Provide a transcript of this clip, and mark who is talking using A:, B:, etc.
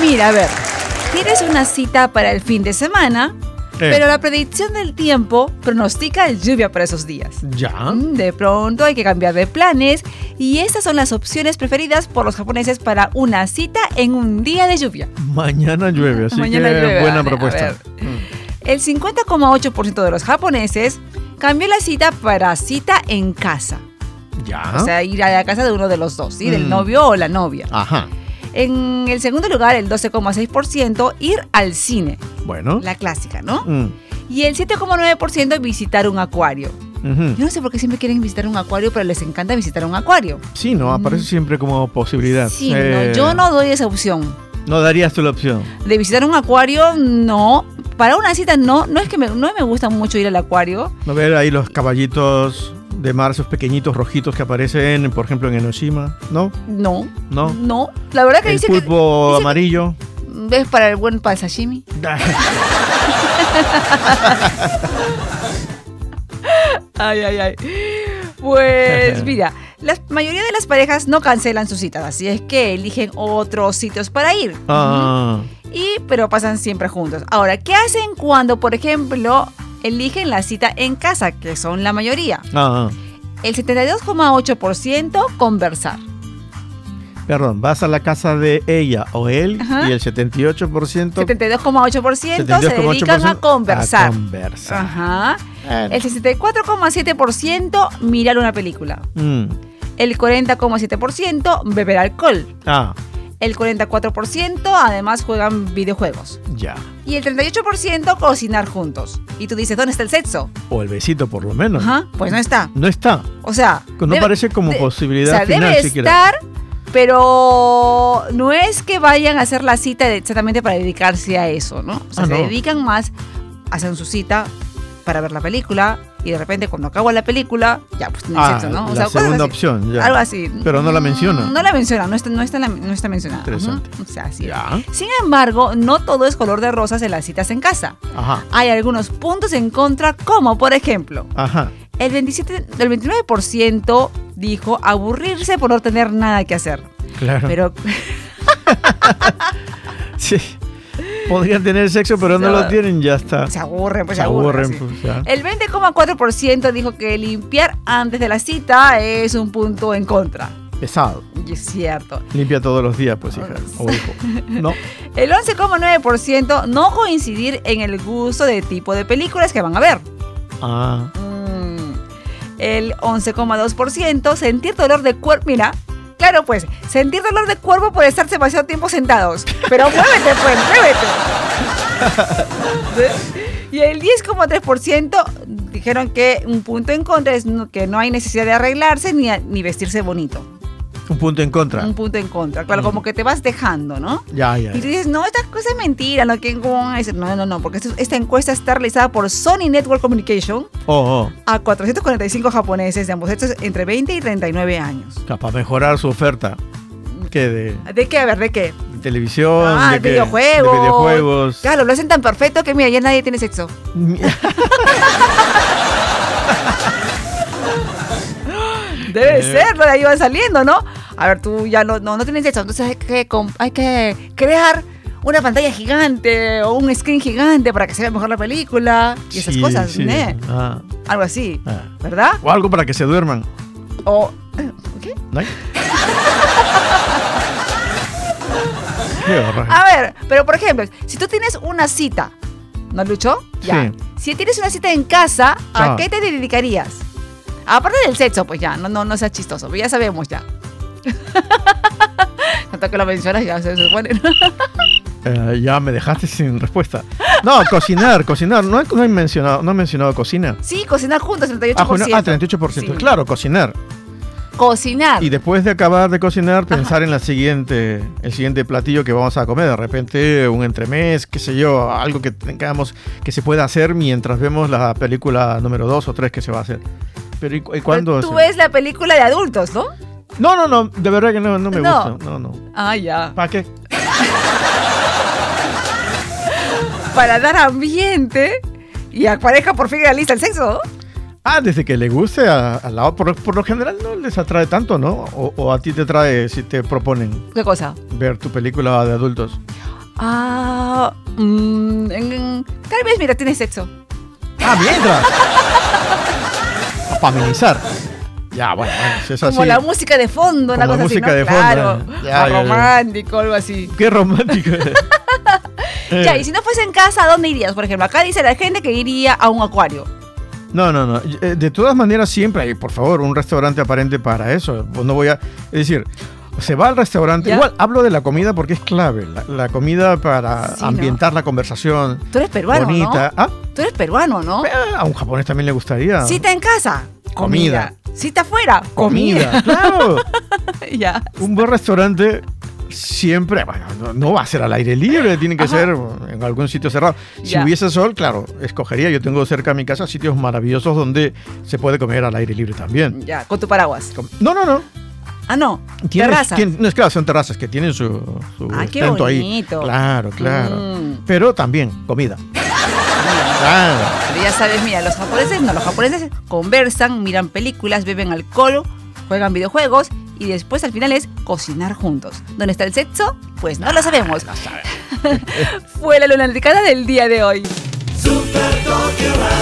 A: Mira, a ver, tienes una cita para el fin de semana,
B: Eh.
A: pero la predicción del tiempo pronostica lluvia para esos días.
B: Ya.
A: Mm, De pronto hay que cambiar de planes y estas son las opciones preferidas por los japoneses para una cita en un día de lluvia.
B: Mañana llueve, así
A: Mañana
B: que
A: llueve,
B: buena
A: a ver, a
B: propuesta. Mm.
A: ver. El 50,8% de los japoneses cambió la cita para cita en casa.
B: Ya.
A: O sea, ir a la casa de uno de los dos, ¿sí? del
B: Ah. Mm.
A: novio o la novia.
B: Ajá.
A: En el segundo lugar, el 12,6%, ir al cine,
B: Bueno.
A: la clásica, ¿no?
B: Mm,
A: Y el 7,9% visitar un acuario.
B: ujú.
A: Yo no sé por qué siempre quieren visitar un acuario, pero les encanta visitar un acuario.
B: Sí, no, aparece siempre como posibilidad.
A: Mm. Sí,
B: Eh,
A: no, yo no doy esa opción.
B: No darías tú la opción.
A: De visitar un acuario, no. Para una cita, no. No es que me, no me gusta mucho ir al acuario.
B: No ver ahí los caballitos de mar, esos pequeñitos rojitos que aparecen, por ejemplo, en Enoshima. ¿No?
A: No.
B: No.
A: No. La verdad que
B: El
A: Mm, dice
B: pulpo
A: dice que-
B: amarillo. Ah,
A: que es para el buen para el sashimi. Ay, ay, ay. Pues mira, la mayoría de las parejas no cancelan sus citas, así es que eligen otros sitios para ir.
B: Ah,
A: Y pero pasan siempre juntos. Ahora, ¿qué hacen cuando, por ejemplo, eligen la cita en casa, que son la mayoría?
B: ah,
A: El 72,8% conversar.
B: perdón, vas a la casa de ella o él
A: Ajá.
B: y el 78%,
A: 72,8% se
B: 72,8%
A: dedican a conversar. Ah.
B: A conversar. Ah.
A: Ajá.
B: Bueno.
A: El 64,7% mirar una película.
B: Mm,
A: El 40,7% beber alcohol.
B: Ah,
A: El 44% además juegan videojuegos.
B: ya.
A: Y el 38% cocinar juntos. Y tú dices, ¿dónde está el sexo?
B: O el besito por lo menos.
A: Ajá, pues no está.
B: No está.
A: O sea,
B: No
A: debe-
B: parece como
A: de- o
B: posibilidad
A: sea,
B: final
A: debe
B: siquiera.
A: estar, pero no es que vayan a hacer la cita de- exactamente para dedicarse a eso, ¿no? O sea,
B: Ah,
A: se
B: no.
A: dedican más, hacen su cita para ver la película y de repente cuando acaba la película, ya pues tienen
B: Ah,
A: sexo, ¿no? O
B: la
A: sea, cosas
B: segunda
A: así.
B: opción, ya.
A: Algo así.
B: Pero no la
A: Mm,
B: menciona.
A: No la menciona, no está, no está, la- no está mencionada. Ajá.
B: Interesante.
A: O sea, así es.
B: Ya.
A: Sin embargo, no todo es color de rosas en las citas en casa.
B: Ajá.
A: Hay algunos puntos en contra, como por ejemplo,
B: Ajá.
A: el, 27, el 29% dijo aburrirse por no tener nada que hacer.
B: Claro.
A: Pero
B: Sí. Podrían tener sexo, pero no
A: No.
B: lo tienen, ya está.
A: se aburren, pues
B: Ah. Se
A: se aburren.
B: aburren,
A: sí.
B: pues, ya.
A: El 20,4% dijo que limpiar antes de la cita es un punto en contra.
B: Pesado.
A: Y es cierto.
B: Limpia todos los días, pues hija.
A: Ah.
B: O hijo. No.
A: El 11,9% no coincidir en el gusto de tipo de películas que van a ver.
B: Ah.
A: Mm. El 11,2% sentir dolor de cuerpo. Mira, claro, pues, sentir dolor de cuerpo por estar demasiado tiempo sentados. Pero muévete, pues, muévete. ¿Sí? Y el 10,3% dijeron que un punto en contra es no- que no hay necesidad de arreglarse ni, a- ni vestirse bonito.
B: Un punto en contra.
A: Un punto en contra. Claro, como que te vas dejando, ¿no?
B: Ya, ya.
A: Y tú dices, no, esta cosa es mentira, no, que, ¿cómo van a decir? no, no, no, porque esto- esta encuesta está realizada por Sony Network Communication
B: Oh, oh.
A: a 445 japoneses de ambos sexos entre 20 y 39 años.
B: Capaz mejorar su oferta. ¿Qué? De
A: ¿De qué? A ver, ¿de qué?
B: televisión.
A: ah,
B: Oh, de qué?
A: videojuegos.
B: De videojuegos.
A: Claro, lo hacen tan perfecto que mira, ya nadie tiene sexo. Debe
B: Eh.
A: serlo, de ahí van saliendo, ¿no? A ver, tú ya no, no, no tienes sexo, entonces hay que, com- hay que crear una pantalla gigante o un screen gigante para que se vea mejor la película y esas
B: Sí,
A: cosas, ¿eh?
B: sí.
A: ¿ne?
B: Ah,
A: Algo así,
B: ah.
A: ¿verdad?
B: O algo para que se duerman.
A: O... ¿Qué?
B: ¿No hay? Qué horror.
A: A ver, pero por ejemplo, si tú tienes una cita, ¿no, Lucho? Ya. Si tienes una cita en casa, ¿a
B: Ah.
A: qué te dedicarías? Aparte del sexo, pues ya, no, no, no seas chistoso, pues ya sabemos ya. Tanto que lo mencionas, ya se supone. ¿no?
B: Eh, ya me dejaste sin respuesta. No, cocinar, cocinar. No, he- no he mencionado, no he mencionado cocina.
A: Sí, cocinar juntos, 38%.
B: Ah, bueno, ah, 38%.
A: Sí.
B: Claro, cocinar.
A: Cocinar.
B: Y después de acabar de cocinar, pensar en la siguiente, el siguiente platillo que vamos a comer. De repente un entremés, qué sé yo, algo que tengamos que se pueda hacer mientras vemos la película número 2 o 3 que se va a hacer. Pero ¿y, cu- y cuándo?
A: Tú
B: se-
A: ves la película de adultos, ¿no?
B: No, no, no, de verdad que no, no me
A: No.
B: gusta. No, no.
A: Ah, ya.
B: ¿Para qué?
A: Para dar ambiente y a pareja por fin realiza el sexo, ¿no?
B: Ah, desde que le guste a, a la por, por lo general no les atrae tanto, ¿no? O, o a ti te atrae si te proponen
A: ¿Qué cosa?
B: ver tu película de adultos.
A: Ah, mm, mm, tal vez, mira, tiene sexo.
B: Ah, mientras. Para amenizar. Ya, bueno, bueno, si es así.
A: Como la música de fondo, una
B: Como la
A: cosa así,
B: música
A: ¿no?
B: de fondo, ¿eh?
A: claro,
B: ya, ya, ya.
A: romántico, algo así.
B: Qué romántico. Eh,
A: Ya, y si no fuese en casa, ¿a dónde irías? Por ejemplo, acá dice la gente que iría a un acuario.
B: No, no, no. Eh, De todas maneras, siempre hay, por favor, un restaurante aparente para eso. Pues No voy a. Es decir, se va al restaurante.
A: Ya.
B: Igual hablo de la comida porque es clave. La, la comida para
A: Sí, ¿no?
B: ambientar la conversación.
A: Tú eres peruano,
B: bonita. Ah,
A: ¿no? Tú eres peruano, ¿no?
B: eh, a un japonés también le gustaría.
A: Cita en casa, comida. Cita afuera, comida.
B: Comida, claro.
A: ya.
B: Un buen restaurante siempre, bueno, no, no va a ser al aire libre, tiene que
A: Ajá.
B: ser en algún sitio cerrado. Si
A: Ya.
B: hubiese sol, claro, escogería. Yo tengo cerca de mi casa sitios maravillosos donde se puede comer al aire libre también.
A: Ya, con tu paraguas.
B: Com- No, no, no.
A: Ah, no.
B: Tienes-
A: Terraza.
B: tien- no es claro, son terrazas que tienen su, su
A: Ah, qué
B: estento
A: bonito.
B: ahí. Claro, claro.
A: Mm.
B: Pero también comida. Claro.
A: Pero ya sabes, mira, los japoneses no, los japoneses conversan, miran películas, beben alcohol, juegan videojuegos y después al final es cocinar juntos. ¿Dónde está el sexo? Pues no lo sabemos. Fue la luna del día de hoy.
C: Super Tokyo Radio.